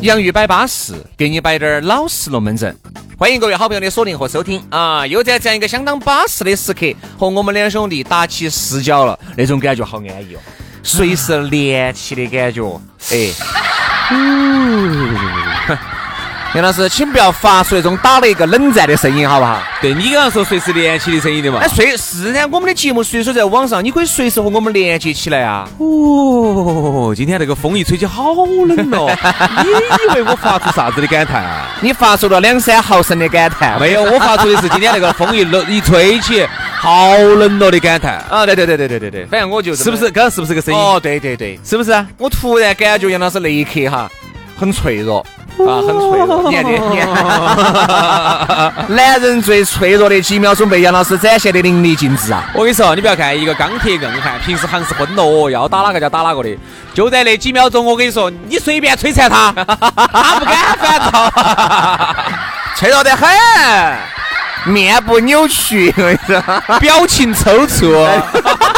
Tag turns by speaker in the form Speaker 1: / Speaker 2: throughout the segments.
Speaker 1: 杨玉摆巴适，给你摆点儿老实龙门阵。欢迎各位好朋友的锁定和收听啊！又在这样一个相当巴适的时刻，和我们两兄弟打起视角了，那种感觉好安逸哦，随时连起的感觉。哎， 杨老师，请不要发出那种打了一个冷战的声音，好不好？
Speaker 2: 对你刚刚说随时连起的声音的嘛
Speaker 1: 哎，，随是噻，我们的节目随时在网上，你可以随时和我们连接起来啊。
Speaker 2: 哦，今天这个风一吹起好冷哦， 你以为我发出啥子的感叹啊？
Speaker 1: 你发出了两三毫升的感叹，
Speaker 2: 没有，我发出的是今天那个风一冷一吹起好冷哦的感叹，
Speaker 1: 啊，对对对对对对对，反正我就是
Speaker 2: 不是？？刚刚是不是这个声音？
Speaker 1: 哦，对对对，
Speaker 2: 是不是啊？
Speaker 1: 我突然感觉杨老师那一刻哈，很脆弱
Speaker 2: 哦
Speaker 1: 啊，很脆弱。你看这，你看， 男人最脆弱的几秒钟被杨老师展现的淋漓尽致啊！
Speaker 2: 我跟你说，你不要看一个钢铁硬汉，平时行是混了哦，要打哪个就打哪个的。就在那几秒钟，我跟你说，你随便摧残 他，他不敢反抗。
Speaker 1: 脆弱得很，面部扭曲， 我跟你说。
Speaker 2: 表情抽搐。哦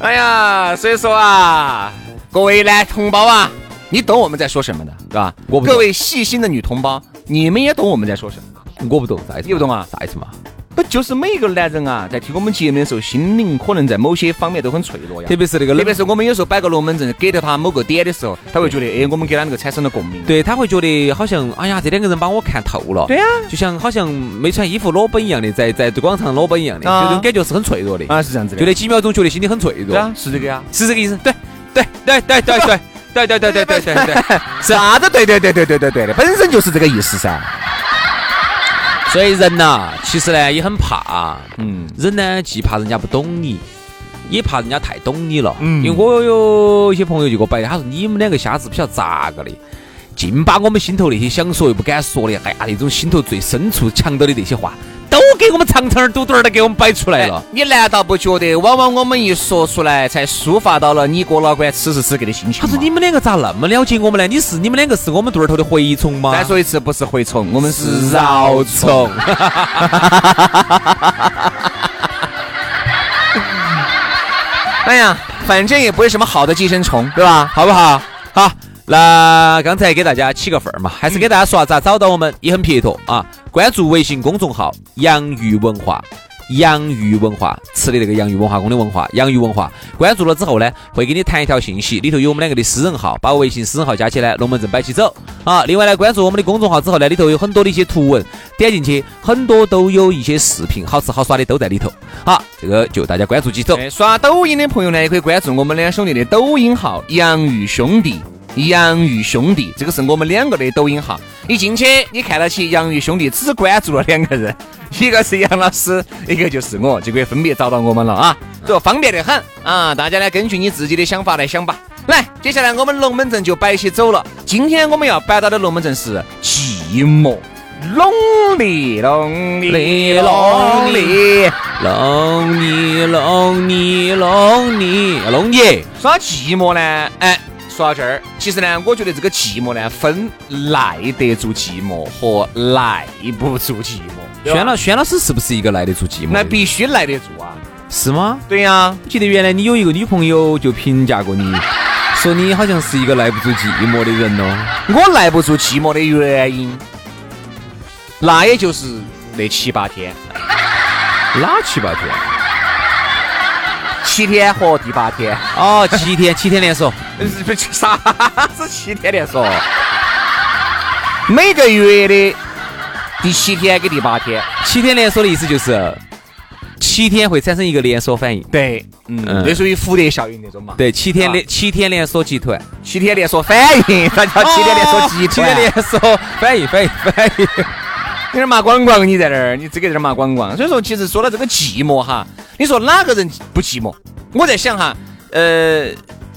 Speaker 1: 哎呀，所以说啊，各位男同胞啊，你懂我们在说什么的，对吧？
Speaker 2: 我不懂
Speaker 1: 各位细心的女同胞，你们也懂我们在说什么。
Speaker 2: 我不懂，啥意思？
Speaker 1: 你不懂啊
Speaker 2: 啥意思嘛？
Speaker 1: 不就是每一个男人啊，在听我们节目的时候，心灵可能在某些方面都很脆弱呀。
Speaker 2: 特别是那个
Speaker 1: 特
Speaker 2: 冷
Speaker 1: 别是我们有时候摆个龙门阵，给到他某个点的时候，他会觉得，哎，我们跟他能够产生了共鸣。
Speaker 2: 对他会觉得好像，哎呀，这两个人把我看透了，
Speaker 1: 呀、
Speaker 2: 就像好像没穿衣服裸奔一样的，在在广场裸奔一样的，
Speaker 1: 啊
Speaker 2: 就这种感觉是很脆弱的，
Speaker 1: 啊，是这样子的，
Speaker 2: 就那几秒钟觉得心里很脆
Speaker 1: 对
Speaker 2: 弱
Speaker 1: 啊，，是这个呀。
Speaker 2: 是这个意思？对，对，对，对，对，对，对，对，对，对，对，对，对。
Speaker 1: 啥子？啊对对对对对对对的，本身就是这个意思噻。
Speaker 2: 所以人呐、其实呢也很怕，
Speaker 1: 嗯，
Speaker 2: 人呢既怕人家不懂你，也怕人家太懂你了。
Speaker 1: 嗯
Speaker 2: 因为我有一些朋友就给我摆的，他说你们两个瞎子不晓得咋个的，尽把我们心头那些想说又不敢说的，哎呀那种心头最深处藏到的那些话，都给我们长长耳朵朵儿的给我们摆出来了。
Speaker 1: 哎你难道不觉得，往往我们一说出来，才抒发到了你哥老倌此时此刻的心情
Speaker 2: 他
Speaker 1: 吗？
Speaker 2: 说你们两个咋那么了解我们呢？你是你们两个是我们肚儿头的蛔虫吗？
Speaker 1: 再说一次，不是蛔虫，我们是啊
Speaker 2: 是
Speaker 1: 饶
Speaker 2: 饶
Speaker 1: 虫
Speaker 2: 虫。
Speaker 1: 哎呀，反正也不是什么好的寄生虫，对吧？
Speaker 2: 好不好？好，那刚才给大家起个份儿嘛，还是给大家说下咋找到我们也很撇脱啊！关注微信公众号“洋芋文化”。洋芋文化，吃的那个洋芋文化宫的文化，洋芋文化。关注了之后呢，会给你弹一条信息，里头有我们两个的私人号，把我微信私人号加起来，龙门阵摆起走啊。另外呢，关注我们的公众号之后呢，里头有很多的一些图文，点进去很多都有一些视频，好吃好耍的都在里头。好，这个就大家关注起走。
Speaker 1: 对，哎刷抖音的朋友呢，也可以关注我们两兄弟的抖音号“洋芋兄弟”。洋芋兄弟，这个是我们两个的抖音号。一进去，你看到起洋芋兄弟只关注了两个人， 一个是杨老师，一个就是我，就可以分别找到我们了啊，这方便得很啊！大家呢，根据你自己的想法来想吧。来，接下来我们龙门阵就摆起走了。今天我们要摆到的龙门阵是寂寞。拢里拢里拢里，
Speaker 2: 弄你弄你弄你弄你，
Speaker 1: 说到寂寞呢，哎，说到这儿，其实呢，我觉得这个寂寞呢，分耐得住寂寞和耐不住寂寞。
Speaker 2: 轩老轩老师是不是一个耐得住寂寞的人？
Speaker 1: 那必须耐得住啊！
Speaker 2: 是吗？
Speaker 1: 对呀、
Speaker 2: 我记得原来你有一个女朋友就评价 过你，说你好像是一个耐不住寂寞的人哦。
Speaker 1: 我耐不住寂寞的原因，那也就是那七八天，
Speaker 2: 哪七八天？
Speaker 1: 七天和第八天，
Speaker 2: 哦，七天，七天连锁。
Speaker 1: 呃不是啥子七天连说，每个月的第七天跟第八天，
Speaker 2: 七天连锁的意思就是，七天会产生一个连锁反应。
Speaker 1: 对，嗯，
Speaker 2: 嗯
Speaker 1: 这属于蝴蝶效应那种嘛。
Speaker 2: 对，七天
Speaker 1: 是吧
Speaker 2: 连七天连锁集团，哦
Speaker 1: 七天连锁反应，大家啊七天连锁集团，
Speaker 2: 七天连锁反应反应反应。
Speaker 1: 你在这儿骂广广，你在这儿，你这个在这儿骂广广。所以说，其实说到这个寂寞哈，你说哪个人不寂寞？我在想哈，呃，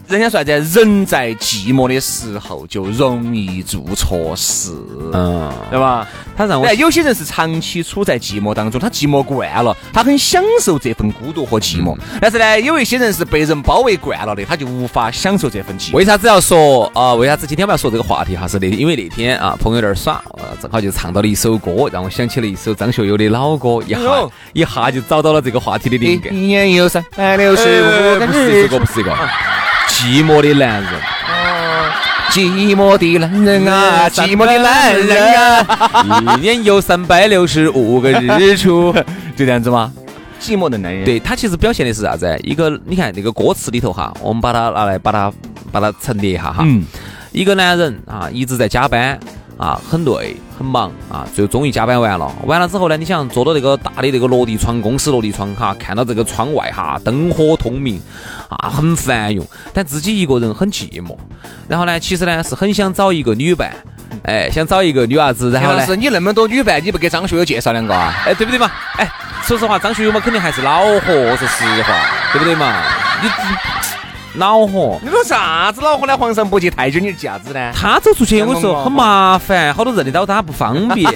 Speaker 1: 人家说啥子？人在寂寞的时候就容易做错事，
Speaker 2: 嗯，
Speaker 1: 对吧？
Speaker 2: 他让我
Speaker 1: 哎，有些人是长期处在寂寞当中，他寂寞惯了，他很享受这份孤独和寂寞。但是呢，有一些人是被人包围惯了的，他就无法享受这份寂寞。
Speaker 2: 为啥子要说啊、为啥子今天我们要说这个话题哈？是那因为那天啊，朋友在那儿耍，呃正好就唱到了一首歌，让我想起了一首张学友的老歌，一
Speaker 1: 哎
Speaker 2: 下
Speaker 1: 呦
Speaker 2: 一下就找到了这个话题的灵感。哎
Speaker 1: 一年有三百六
Speaker 2: 不
Speaker 1: 十五
Speaker 2: 不是这个，不是这个，寂寞的男人
Speaker 1: 寂寞的男人啊，寂寞的男人啊，
Speaker 2: 啊，一年有三百六十五个日出。
Speaker 1: 就这样子吗？寂寞的男人，，
Speaker 2: 对他其实表现的是啥子？一个你看那个歌词里头哈，我们把它拿来把它把它陈列一下哈。
Speaker 1: 嗯，
Speaker 2: 一个男人啊，一直在加班啊，很累很忙啊，最后终于加班完了。完了之后呢，你想坐到那个大的那个落地窗，公司落地窗哈，看到这个窗外哈，灯火通明啊，很烦用，但自己一个人很寂寞。然后呢，其实呢是很想找一个女伴，哎，想找一个女娃子，然
Speaker 1: 然
Speaker 2: 后
Speaker 1: 后
Speaker 2: 呢
Speaker 1: 是。你那么多女伴，你不给张学友介绍两个啊？
Speaker 2: 哎，对不对嘛？哎，说实话，张学友嘛，肯定还是恼火，说实话，对不对嘛？你恼火，
Speaker 1: 你说啥子恼火呢？皇上不急太监，你是啥子呢？
Speaker 2: 他走出去，我说很麻烦，好多认得到他不方便，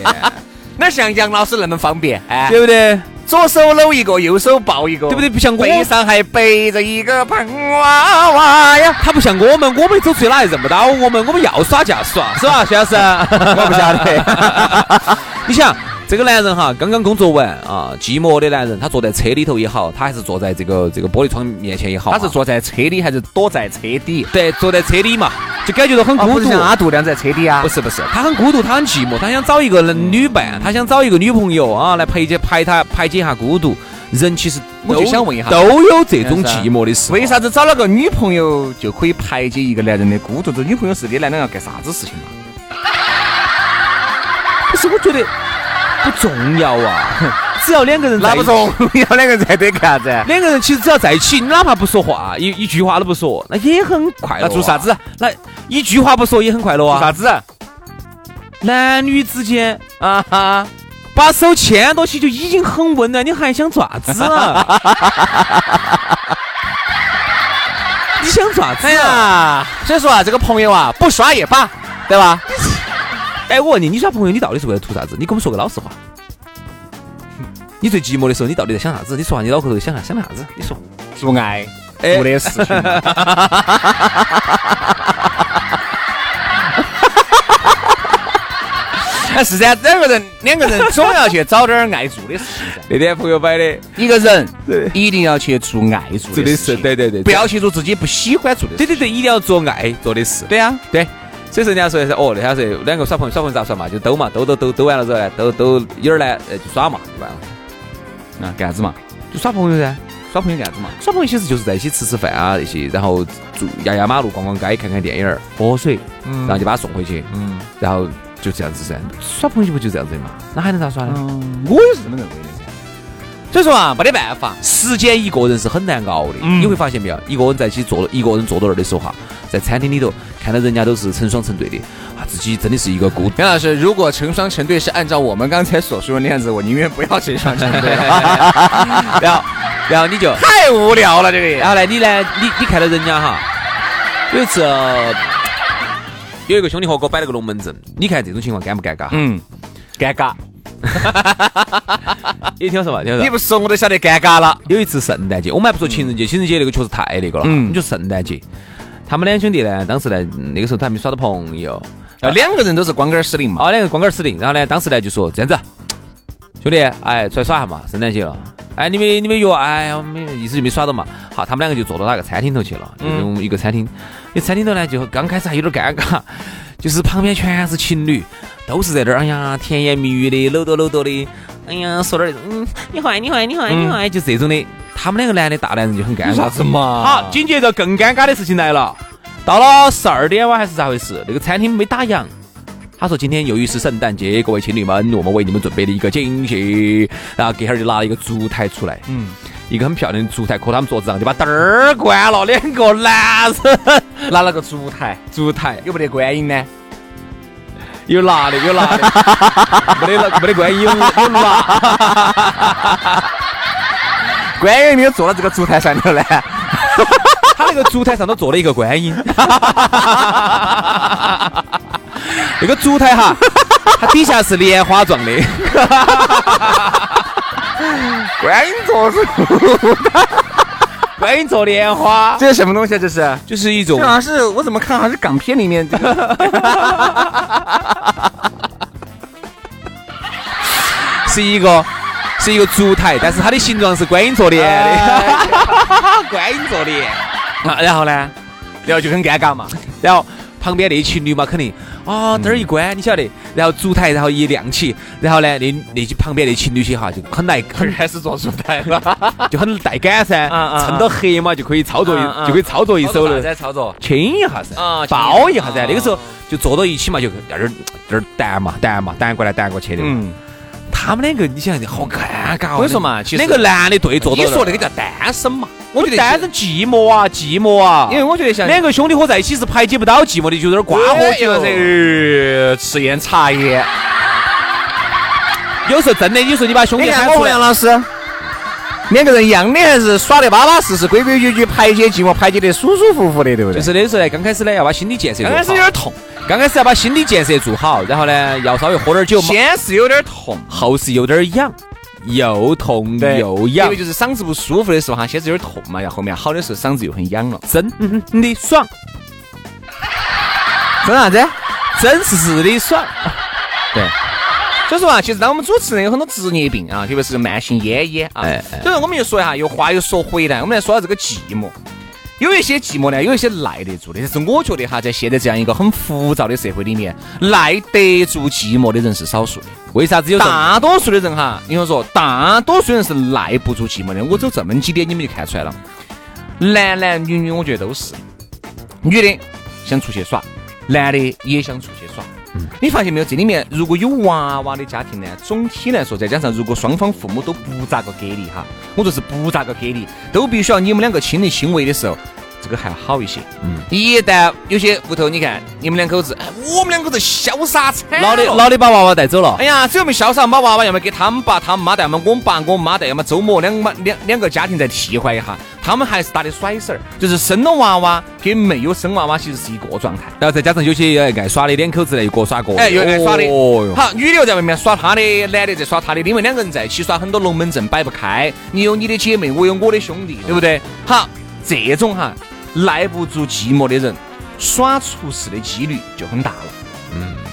Speaker 1: 哪像杨老师那么方便？哎，
Speaker 2: 对不对？
Speaker 1: 左手搂一个，右手抱一个，
Speaker 2: 对不对？？不像我，
Speaker 1: 背上还背着一个胖娃娃呀！
Speaker 2: 他不像我们，我们走出去哪还认不到我们？我们要耍就要耍，是吧，徐老师？我不晓得。 你想。这个男人哈，刚刚工作完啊，寂寞的男人，他坐在车里头也好，他还是坐在这个这个玻璃窗面前也好，啊
Speaker 1: 他是坐在车里还是躲在车底？
Speaker 2: 对坐在车里嘛，就感觉到很
Speaker 1: 哦，
Speaker 2: 孤
Speaker 1: 不
Speaker 2: 独。
Speaker 1: 是像阿杜那样在车底啊
Speaker 2: 不？是不是，他很孤独，他很寂寞，他想找一个女伴，
Speaker 1: 嗯
Speaker 2: 他想找一个女朋友啊，来排解排他排解一下孤独。人其实
Speaker 1: 我
Speaker 2: 都
Speaker 1: 就想问一下啊
Speaker 2: 都有这种寂寞的时候。
Speaker 1: 为啥子找了个女朋友就可以排解一个男人的孤独？这女朋友是你男人要干啥子事情嘛？
Speaker 2: 不是，我觉得不重要啊， 只要两个人在
Speaker 1: 那
Speaker 2: 一
Speaker 1: 不
Speaker 2: 起，
Speaker 1: 重要，两个人在这干啥子？
Speaker 2: 两个人其实只要在一起，你哪怕不说话，一一句话都不说，那也很快乐、啊
Speaker 1: 那做啥子？啊
Speaker 2: 那一句话不说也很快乐
Speaker 1: 做啥
Speaker 2: 啊。
Speaker 1: 子啊？
Speaker 2: 男女之间
Speaker 1: 啊哈！
Speaker 2: 把手牵到起就已经很温暖，你还想做啥子啊？你想做啥子啊
Speaker 1: 哎
Speaker 2: 呀？
Speaker 1: 呀，所以说啊，这个朋友啊，不耍也罢，对吧？
Speaker 2: 哎，我问你，你耍朋友，你到底是为了图啥子？你给我们说个老实话。你最寂寞的时候，你到底在想啥子？你说话，你脑壳头想啥？想的啥子？你说。
Speaker 1: 做爱
Speaker 2: 哎
Speaker 1: 做的 事情。哎，是噻，两个人，两个人总要去找点儿爱做的事情噻。
Speaker 2: 那天朋友摆的，
Speaker 1: 一个 人
Speaker 2: 对
Speaker 1: 一定要去做爱做
Speaker 2: 做
Speaker 1: 的
Speaker 2: 的
Speaker 1: 事
Speaker 2: 事，
Speaker 1: 情，
Speaker 2: 对对对，
Speaker 1: 不要去做自己不喜欢做的事。
Speaker 2: 对对对，一定要做爱做的事。
Speaker 1: 对啊，
Speaker 2: 对，所以说人家说的是哦，那他说两个耍朋友，耍朋友咋耍嘛？就兜嘛，兜兜兜兜完了之后呢，兜兜一会儿呢，呃，就耍嘛，就完了。
Speaker 1: 啊，干啥子嘛？
Speaker 2: 就耍朋友噻。
Speaker 1: 耍朋友干啥子嘛？
Speaker 2: 耍朋友其实就是在一起吃吃饭啊那些，然后住压压马路、逛逛街、看看电影儿、喝水，
Speaker 1: 嗯
Speaker 2: 然后就把他送回去，
Speaker 1: 嗯
Speaker 2: 然后就这样子噻。耍朋友就不就这样子的嘛？那还能咋耍呢？
Speaker 1: 嗯，我也是这么认为的噻。所以说啊，没得办法，
Speaker 2: 时间一个人是很难熬的，
Speaker 1: 嗯
Speaker 2: 你会发现没有？一个人在一起坐，一个人坐到那儿的时候哈，在餐厅里头看到人家都是成双成对的啊，自己真的是一个孤独。
Speaker 1: 杨老师，如果成双成对是按照我们刚才所说的那样子，我宁愿不要成双成对，
Speaker 2: 然后，然后你就，
Speaker 1: 太无聊了这个也
Speaker 2: 然。后呢，啊你呢，你你看到人家哈，有一次呃有一个兄弟伙给我摆了个龙门阵，你看这种情况尴不尴尬？
Speaker 1: 嗯，尴尬，
Speaker 2: 你听我说嘛，听我说
Speaker 1: 你。不说我都晓得尴尬了。
Speaker 2: 有一次圣诞节，我们还不说情人节，情人节那个确实太那个了。
Speaker 1: 嗯
Speaker 2: 你就圣诞节，他们两兄弟呢，当时呢，嗯那个时候他还没耍到朋友，
Speaker 1: 啊，两个人都是光杆司令嘛。
Speaker 2: 哦，两个光杆儿死定。然后呢，当时呢就说这样子，兄弟，哎，出来耍下嘛，圣诞节了。哎，你们你们约，哎呀，没意思就没耍到嘛。好，他们两个就坐到那个餐厅头去
Speaker 1: 嗯
Speaker 2: 了，就是我们一个餐厅。那餐厅头呢，就刚开始还有点尴尬，就是旁边全是情侣，都是在这儿，哎呀，甜言蜜语的，搂到搂到的，哎呀，说点儿嗯，你坏你坏你坏
Speaker 1: 嗯
Speaker 2: 你哎坏，就这种的。他们两个男的大男人就很尴尬，
Speaker 1: 子嘛
Speaker 2: 好，
Speaker 1: 好，
Speaker 2: 紧接着更尴尬的事情来了，到了十二点啊哇还是咋回事？那个餐厅没打烊。他说：“今天由于是圣诞节，各位情侣们，我们为你们准备了一个惊喜。”啊然后隔会儿就拿了一个烛台出来，
Speaker 1: 嗯，
Speaker 2: 一个很漂亮的烛台，搁他们桌子上就把灯儿关了。两个男人，
Speaker 1: 拿了个烛台，
Speaker 2: 烛台
Speaker 1: 有没得观音 呢？
Speaker 2: 有拿的， 有拿的，没得没得关系，有有拿。
Speaker 1: 观音没有坐到这个烛台上头呢。
Speaker 2: 他那个烛台上头坐了一个观 音， 那个烛台哈，它底下是莲花状的，
Speaker 1: 观音座是
Speaker 2: 观音坐莲 花，
Speaker 1: 这是什么东西啊？这是？
Speaker 2: 就是一种
Speaker 1: 这好像是我怎么看好像是港片里面这个
Speaker 2: 是一个是一个烛台，但是它的形状是观音坐莲的，
Speaker 1: 哎
Speaker 2: 观音坐莲。 啊，然后呢，
Speaker 1: 然后就很尴尬嘛。
Speaker 2: 然后旁边那情侣嘛，肯定啊，
Speaker 1: 嗯
Speaker 2: 那儿一关，你晓得，然后烛台然后一亮起，然后呢，那那旁边那情侣些哈就很来很
Speaker 1: 开始做出来了，
Speaker 2: 就很带感噻，
Speaker 1: 啊啊啊
Speaker 2: 趁到黑嘛就可以操作
Speaker 1: 啊啊
Speaker 2: 一就可以操作一手了，
Speaker 1: 在操作
Speaker 2: 亲一下噻，
Speaker 1: 啊
Speaker 2: 抱一下噻，那个时候
Speaker 1: 候，
Speaker 2: 就坐到一起嘛，就在那儿在那儿弹嘛弹嘛弹过来弹过去的，
Speaker 1: 嗯，
Speaker 2: 他们两个你想好尴尬哦，
Speaker 1: 我跟你说嘛其实
Speaker 2: 那个男的对坐
Speaker 1: 你
Speaker 2: 到那儿，啊
Speaker 1: 说那个叫单身嘛？我觉得
Speaker 2: 单身寂寞啊寂寞啊，
Speaker 1: 因为我觉得像哎
Speaker 2: 两个兄弟伙在一起是排解不到寂寞的，就有点瓜
Speaker 1: 瓜
Speaker 2: 火
Speaker 1: 火
Speaker 2: 起
Speaker 1: 起
Speaker 2: 了
Speaker 1: 了
Speaker 2: 噻。
Speaker 1: 噻，吃烟茶烟。
Speaker 2: 有时候真的，有时候你把兄
Speaker 1: 你
Speaker 2: 弟
Speaker 1: 看
Speaker 2: 喊
Speaker 1: 我
Speaker 2: 出
Speaker 1: 和
Speaker 2: 来
Speaker 1: 杨，老师，两个人一样的，还是耍得巴巴适适、规规矩矩，排解寂寞，排解得舒舒服服的，对不对？
Speaker 2: 就是那时候呢，刚开始呢要把心理建设做
Speaker 1: 刚
Speaker 2: 好，
Speaker 1: 开始有点痛，
Speaker 2: 刚开始要把心理建设做好，然后呢要稍微喝点酒，
Speaker 1: 先是有点痛，
Speaker 2: 后是有点痒，又痛又
Speaker 1: 因
Speaker 2: 痒
Speaker 1: 为，就是嗓子不舒服的时候哈，先是有点痛嘛，然后后面好的时候嗓子又很痒了。
Speaker 2: 真 的爽，
Speaker 1: 说啥子？
Speaker 2: 真是是的爽。
Speaker 1: 对。 所以说啊，其实当我们主持人有很多职业病啊，特别是慢性咽炎啊
Speaker 2: 哎。
Speaker 1: 所以说我们就说一下，又话又说回来，我们来说下这个寂寞。有一些寂寞呢，有一些耐得住的，但是我觉得哈，在现在这样一个很浮躁的社会里面，耐得住寂寞的人是少数的。
Speaker 2: 为啥子有时候
Speaker 1: 大多数的人哈，你跟我说，大多数人是耐不住寂寞的。我走这么几点，你们就看出来了。男男女女，我觉得都是。女的想出去耍，男的也想出去耍。
Speaker 2: 嗯
Speaker 1: 你发现没有？这里面如果有娃娃的家庭呢，总体来说，再加上如果双方父母都不咋个给力哈，我说是不咋个给力，都必须要你们两个亲力亲为的时候，这个还要好一些。
Speaker 2: 嗯
Speaker 1: 一旦有些屋头，你看你们两口子，哎我们两口子潇洒惨了
Speaker 2: 老的老的把娃娃带走了
Speaker 1: 哎，呀，只要我们潇洒，把娃娃要么给他们爸他们妈带，要么我们爸我们妈带，要么周末两妈两两个家庭再替换一下，他们还是打的甩手儿，就是生了娃娃跟没有生娃娃其实是一个状态。
Speaker 2: 然后再加上有些爱耍的两口子呢，又各耍各的，
Speaker 1: 哎，又爱耍的
Speaker 2: 哦哟，
Speaker 1: 好，女的又在外面耍她的，男的在耍他的，因为两个人在一起耍，很多龙门阵摆不开。你有你的姐妹，我有我的兄弟，对不对？好，这种哈耐不住寂寞的人，耍出事的几率就很大了。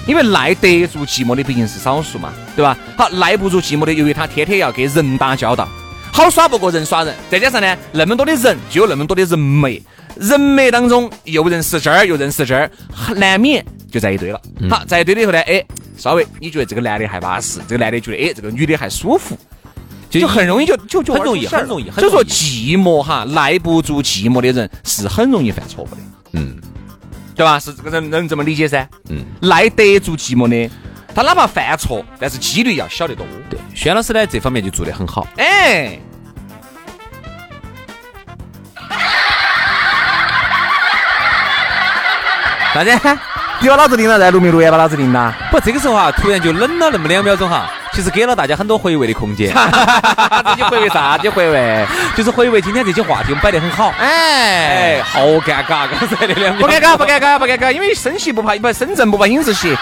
Speaker 1: 因为耐得住寂寞的毕竟是少数嘛，对吧？好，耐不住寂寞的，由于他天天要跟人打交道，好耍不过人耍人，再加上呢，那么多的人就有那么多的人脉，人脉当中又认识这儿又认识这儿，难免就在一堆了。好，在一堆了以后呢，哎，稍微你觉得这个男的还巴适，这个男的觉得哎这个女的还舒服，就很容易就就就
Speaker 2: 很容
Speaker 1: 玩
Speaker 2: 易
Speaker 1: 出事儿
Speaker 2: 很容易很
Speaker 1: 就
Speaker 2: 容
Speaker 1: 说
Speaker 2: 易
Speaker 1: 寂寞哈，耐不住寂寞的人是很容易犯错误的。
Speaker 2: 嗯
Speaker 1: 对吧？是这个人能这么理解噻？
Speaker 2: 嗯。
Speaker 1: 耐得住寂寞的，他哪怕犯错，但是几率要小得多。
Speaker 2: 对，轩老师呢这方面就做得很好。
Speaker 1: 哎，
Speaker 2: 啥子？
Speaker 1: 你把老子拎了在录没录呀？把老子拎了，
Speaker 2: 不，这个时候啊，突然就冷了那么两秒钟哈，其实给了大家很多回味的空间，
Speaker 1: 自 己回味啥？自己回味。
Speaker 2: 就是回味今天这些话题，我们摆得很好。
Speaker 1: 哎
Speaker 2: 哎，，好尴尬，刚才那两秒。
Speaker 1: 不尴尬，不尴尬，不尴尬，因为深席不怕不深圳不怕影子斜。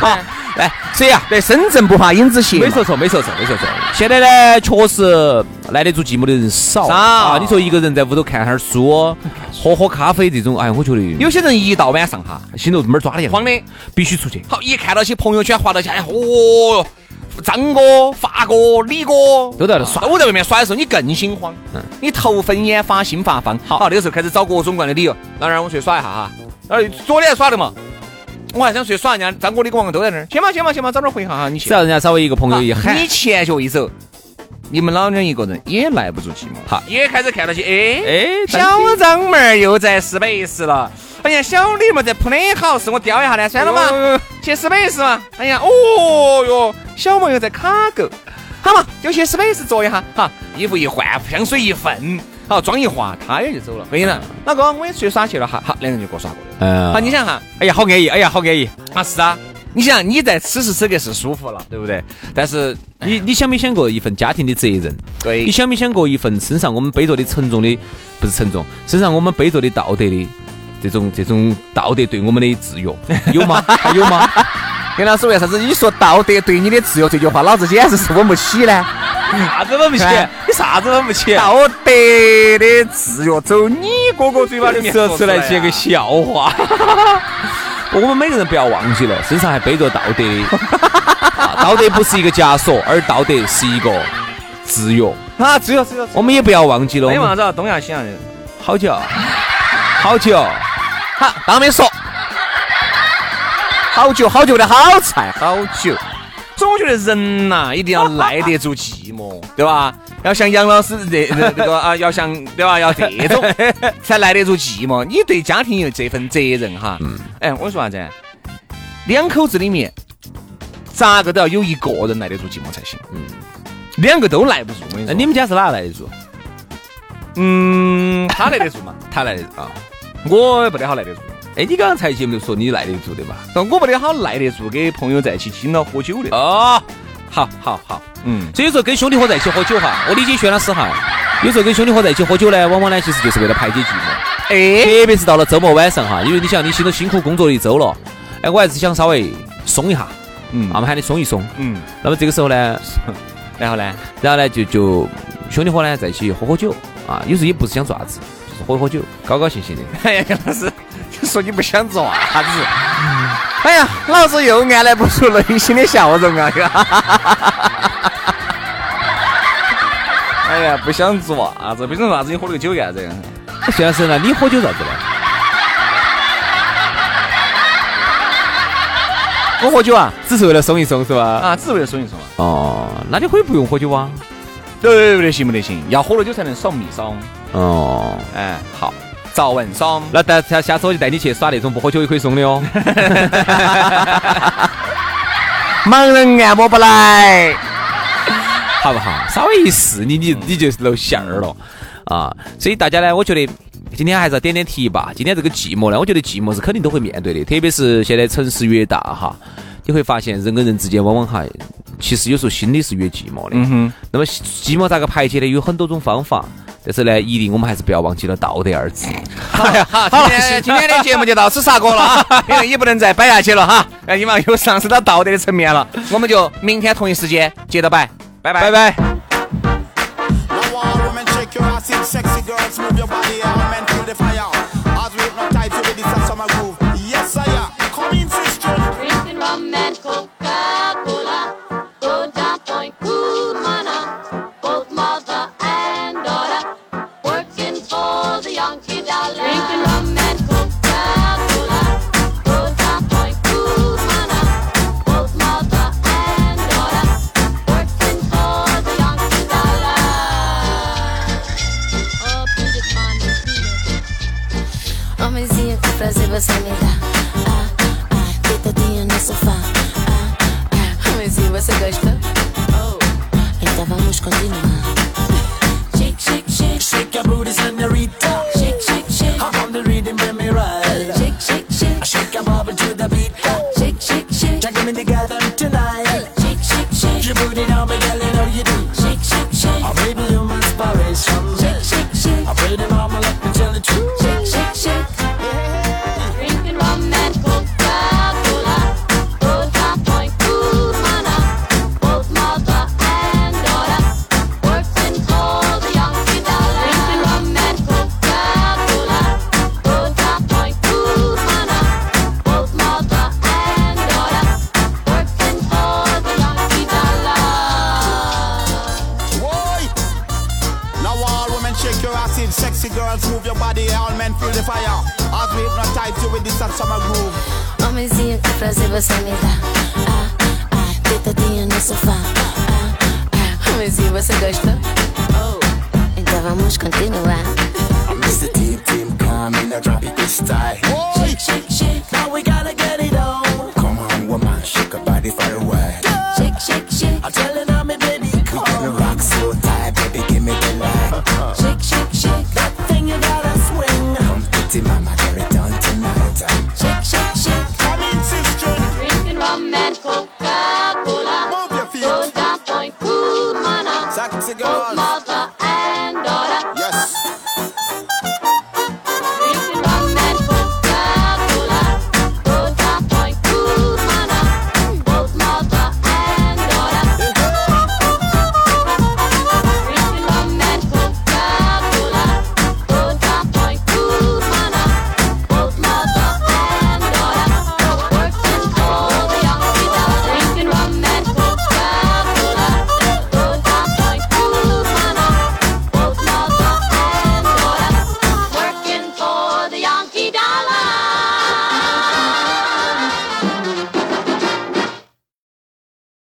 Speaker 1: 好，
Speaker 2: 哎，所以啊，
Speaker 1: 对，深圳不怕影子斜
Speaker 2: 没说错，没说错，没说错。现在呢，确实耐得住寂寞的人少
Speaker 1: 少
Speaker 2: 啊。你说一个人在屋头看哈儿书，哦喝喝咖啡这种，哎，我觉得
Speaker 1: 有些人一到晚上哈，
Speaker 2: 心头这么抓的样子
Speaker 1: 慌的，
Speaker 2: 必须出去。
Speaker 1: 好一看到些朋友圈划到起，哎，哦哟，张哥、发哥、李哥
Speaker 2: 都在那耍
Speaker 1: 我在外面耍的时候，你更心慌，
Speaker 2: 嗯
Speaker 1: 你头昏眼花，心发慌。好，那个时候开始找各种各样的理由，老让我去耍一下哈。然后昨天还耍的嘛，我还想去耍，人家张哥、李哥、王哥都在那儿，去嘛去嘛去嘛，早点回哈哈，你去
Speaker 2: 只。要人家稍微一个朋友一
Speaker 1: 好
Speaker 2: 喊
Speaker 1: 你，前脚一走，你们老娘一个人也耐不住寂寞，
Speaker 2: 好
Speaker 1: 也开始看到起，哎
Speaker 2: 哎
Speaker 1: 小张妹儿又在 Space 了。哎呀，小李嘛在 Playhouse，我叼一下呢，算了
Speaker 2: 哎
Speaker 1: 嘛，去 Space 嘛。哎呀，哦哟，小莫又在卡狗，好嘛，就去 Space 坐一下。哈，衣服一换，香水一份，好妆一化，他也就走了。啊跟你讲，老公，我也出去耍去了哈。好，两个人就各耍各的。
Speaker 2: 嗯
Speaker 1: 好，你想哈，
Speaker 2: 哎哎呀，好安逸，哎呀，好安逸。
Speaker 1: 啊是啊，你想你在此时此刻是舒服了，对不对？但是
Speaker 2: 你你想没想过一份家庭的责任？
Speaker 1: 对
Speaker 2: 你想没想过一份身上我们背着的沉重的，不是沉重，身上我们背着的道德的这种这种道德对我们的 制约，有吗？还有吗？
Speaker 1: 跟老师为啥子你说道德对你的自由这句话，老子简直是稳不起呢？
Speaker 2: 啥子稳不起
Speaker 1: 哎？
Speaker 2: 你啥子稳不 起？
Speaker 1: 道德的制约走你哥哥嘴巴里面
Speaker 2: 说出来
Speaker 1: 些
Speaker 2: 些个笑话。 我们每个人不要忘记了，身上还背着道德 的，啊道德不是一个枷锁，而道德是一个制约。
Speaker 1: 啊，只有只有
Speaker 2: 我们也不要忘记了，我
Speaker 1: 没
Speaker 2: 们
Speaker 1: 忘子，东亚西洋人。
Speaker 2: 好久，啊好久，
Speaker 1: 好，当没说。好酒，好酒的好菜，好酒。总觉得人呐、一定要耐得住寂 寞，对吧？要像杨老师这这这个啊，要像对吧？要这 种才耐得住寂寞。你对家庭有这份责任哈。哎，我说啥子？两口子里面，咋个都要有一个人耐得住寂寞才行。嗯，两个都耐不住，我跟
Speaker 2: 那
Speaker 1: 你
Speaker 2: 哎你
Speaker 1: 说。
Speaker 2: 们家是哪来的住？
Speaker 1: 嗯，他耐得住嘛？
Speaker 2: 他来的啊？
Speaker 1: 我也不得好耐得住。
Speaker 2: 哎，你刚刚才节目说你来得住的嘛？
Speaker 1: 但哦我不得好耐得住给朋友在一起经常喝酒的。
Speaker 2: 哦，好好好，
Speaker 1: 嗯，
Speaker 2: 所以说跟兄弟伙在一起喝酒哈，我理解薛老师哈，有时候跟兄弟伙在一起喝酒呢，往往呢其实就是为了排解寂寞。
Speaker 1: 哎，
Speaker 2: 特别是到了周末晚上哈，因为你想，你辛都辛苦工作了一周了，哎，我还是想稍微松一下，
Speaker 1: 嗯
Speaker 2: 那，么喊你松一松。
Speaker 1: 嗯，
Speaker 2: 那么这个时候呢，
Speaker 1: 然后呢？
Speaker 2: 然后呢就就兄弟伙呢在一起喝喝酒啊，有时候也不是想做啥子，就是喝喝酒，高高兴兴的。
Speaker 1: 哎呀，杨老师，你说你不想做啊啥子？哎呀，老子又按捺不住内心的笑容啊！ 哎呀，不想做啥子，不想做啥子，你喝了个酒干啥子？
Speaker 2: 薛老师，那啊你喝酒咋子呢？
Speaker 1: 我喝酒啊？
Speaker 2: 只是为了松一松是吧？
Speaker 1: 啊，只是为了松一松嘛。
Speaker 2: 哦，那你可以不用喝酒啊。
Speaker 1: 对不得行不得行，要喝了酒才能爽蜜爽。
Speaker 2: 哦，
Speaker 1: 哎，好，早晚爽。
Speaker 2: 那但下下次我就带你去耍那种不喝酒也可以松的哦。
Speaker 1: 盲人按摩不来。
Speaker 2: 好 嗯不好？稍微一试你，你你就露馅儿了啊！所以大家呢，我觉得今天还是要点点题吧。今天这个寂寞呢，我觉得寂寞是肯定都会面对的，特别是现在城市越大哈，你会发现人跟人之间往往哈，其实有时候心里是越寂寞的。
Speaker 1: 嗯哼，
Speaker 2: 那么寂寞咋个排解呢？有很多种方法，但是呢，一定我们还是不要忘记了道德二字。哎
Speaker 1: 好，今天今天的节目就到此煞过了啊，因为也不能再摆下去了哈，哎，因为又上升到道德的层面了，我们就明天同一时间接着摆，拜拜
Speaker 2: 拜。拜。
Speaker 3: Now all women shake your ass in sexy girls, move your body element to the fire. As we hypnotize you with this a summer groove. Yes, I am. Come in, sister.
Speaker 4: Drinking rum and Coca-Cola. Go down point Kumana. Both mother and daughter working for the Yankee dollar. Drinking rum and Coca-Cola. Go down point Kumana. Both mother and daughter working for the Yankee dollar. Oh, Peter Pan, Peter.
Speaker 5: Homenzinho, que prazer você me dá. Ah, ah, deitadinha no sofá. Ah, ah, homenzinho, você gosta? Oh, então vamos continuar. Shake, shake, shake.
Speaker 6: Shake your booty, senorita.
Speaker 5: Shake, shake, shake.
Speaker 6: Hop on the rhythm, let me ride.
Speaker 5: Shake, shake, shake.
Speaker 6: Shake your bubble to the beat.
Speaker 5: Shake, shake, shake.
Speaker 6: Check me together tonight.
Speaker 5: Shake, shake, shake.
Speaker 6: Your booty down, me girl, you know you do.
Speaker 5: Shake, shake, shake.
Speaker 6: I baby, you my inspiration.
Speaker 5: Shake, shake, shake.
Speaker 6: I pray the mama let me tell the truth.
Speaker 5: Shake, shake, shake.
Speaker 4: Drinking rum and Coca-Cola. Coca Point Cubana. Both mother and daughter working for the Yankee dollar. Drinking rum and Coca-Cola. Coca Point Cubana. Both mother and daughter working for the Yankee dollar.
Speaker 3: Boy. Now all women shake your ass in sexy girls, move your body element to the fire. As we hypnotize you with this a summer groove.
Speaker 5: Homenzinho, que prazer você me dá. Ah, ah, deitadinha no sofá. Ah, ah, homenzinho, você gosta? Oh, então vamos continuar.
Speaker 6: I miss the deep, deep, come in and drop it this time.
Speaker 3: Boy.
Speaker 5: Shake, shake.
Speaker 6: Now we gotta get it on. Come on, woman, shake your body for a while.
Speaker 5: Shake, shake, shake.
Speaker 6: I'm telling her, me baby, come. We gonna rock so tight, baby, give me the light.
Speaker 5: Shake, shake, shake.
Speaker 6: That thing you gotta swing. Come, pretty mama, get it on tonight.
Speaker 5: Shake, shake, shake.
Speaker 3: Come in, sister.
Speaker 4: Drinking rum
Speaker 3: Sexy
Speaker 4: Oh,
Speaker 3: girls.
Speaker 4: mother